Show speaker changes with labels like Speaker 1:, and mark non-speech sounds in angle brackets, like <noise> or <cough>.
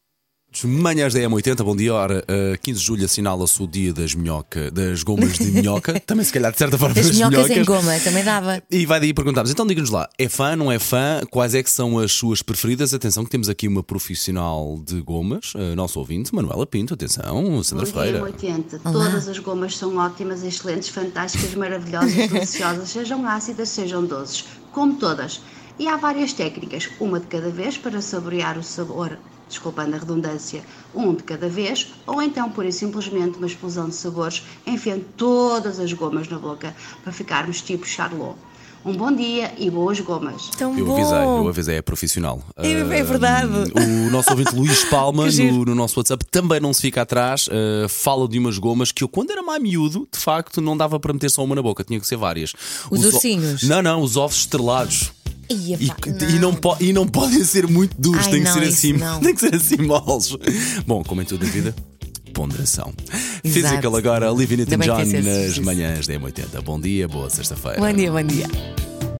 Speaker 1: minutos. Manhãs da M80, bom dia. Ora, eh, 15 de julho assinala-se o dia das minhoca, das gomas de minhoca. <laughs> Também, se calhar, de certa forma,
Speaker 2: As
Speaker 1: das
Speaker 2: minhocas em goma, também dava.
Speaker 1: E vai daí perguntarmos, então diga-nos lá, é fã, não é fã? Quais é que são as suas preferidas? Atenção que temos aqui uma profissional de gomas, eh, nosso ouvinte, Manuela Pinto, atenção,
Speaker 3: Bom
Speaker 1: Sandra
Speaker 3: dia,
Speaker 1: Ferreira.
Speaker 3: 80. Todas as gomas são ótimas, excelentes, fantásticas, maravilhosas, deliciosas, sejam ácidas, sejam doces, como todas. E há várias técnicas, uma de cada vez para saborear o sabor, desculpando a redundância, um de cada vez, ou então pura e simplesmente uma explosão de sabores, enfiando todas as gomas na boca para ficarmos tipo Charlot. Um bom dia e boas gomas.
Speaker 2: Tão
Speaker 1: Eu
Speaker 2: bom.
Speaker 1: avisei, eu avisei, é profissional.
Speaker 2: É- é
Speaker 1: Ah,
Speaker 2: verdade.
Speaker 1: O nosso ouvinte Luís Palma,
Speaker 2: Que giro.
Speaker 1: no, no nosso WhatsApp, também não se fica atrás, ah, fala de umas gomas que eu, quando era mais miúdo, de facto, não dava para meter só uma na boca, tinha que ser várias.
Speaker 2: Os
Speaker 1: o-
Speaker 2: ursinhos?
Speaker 1: Não, não, os ovos estrelados.
Speaker 2: Ia,
Speaker 1: E,
Speaker 2: pá,
Speaker 1: que- e não. po- e não podem ser muito duros,
Speaker 2: Ai,
Speaker 1: tem, que
Speaker 2: não,
Speaker 1: ser
Speaker 2: isso
Speaker 1: assim, <laughs>
Speaker 2: não.
Speaker 1: tem que ser assim moles. Bom, como em tudo na vida, ponderação. Physical agora, Olivia
Speaker 2: Ainda bem que
Speaker 1: Newton-John
Speaker 2: fizeste
Speaker 1: nas
Speaker 2: isso.
Speaker 1: manhãs da M80. Bom dia, boa sexta-feira.
Speaker 2: Bom dia, bom dia.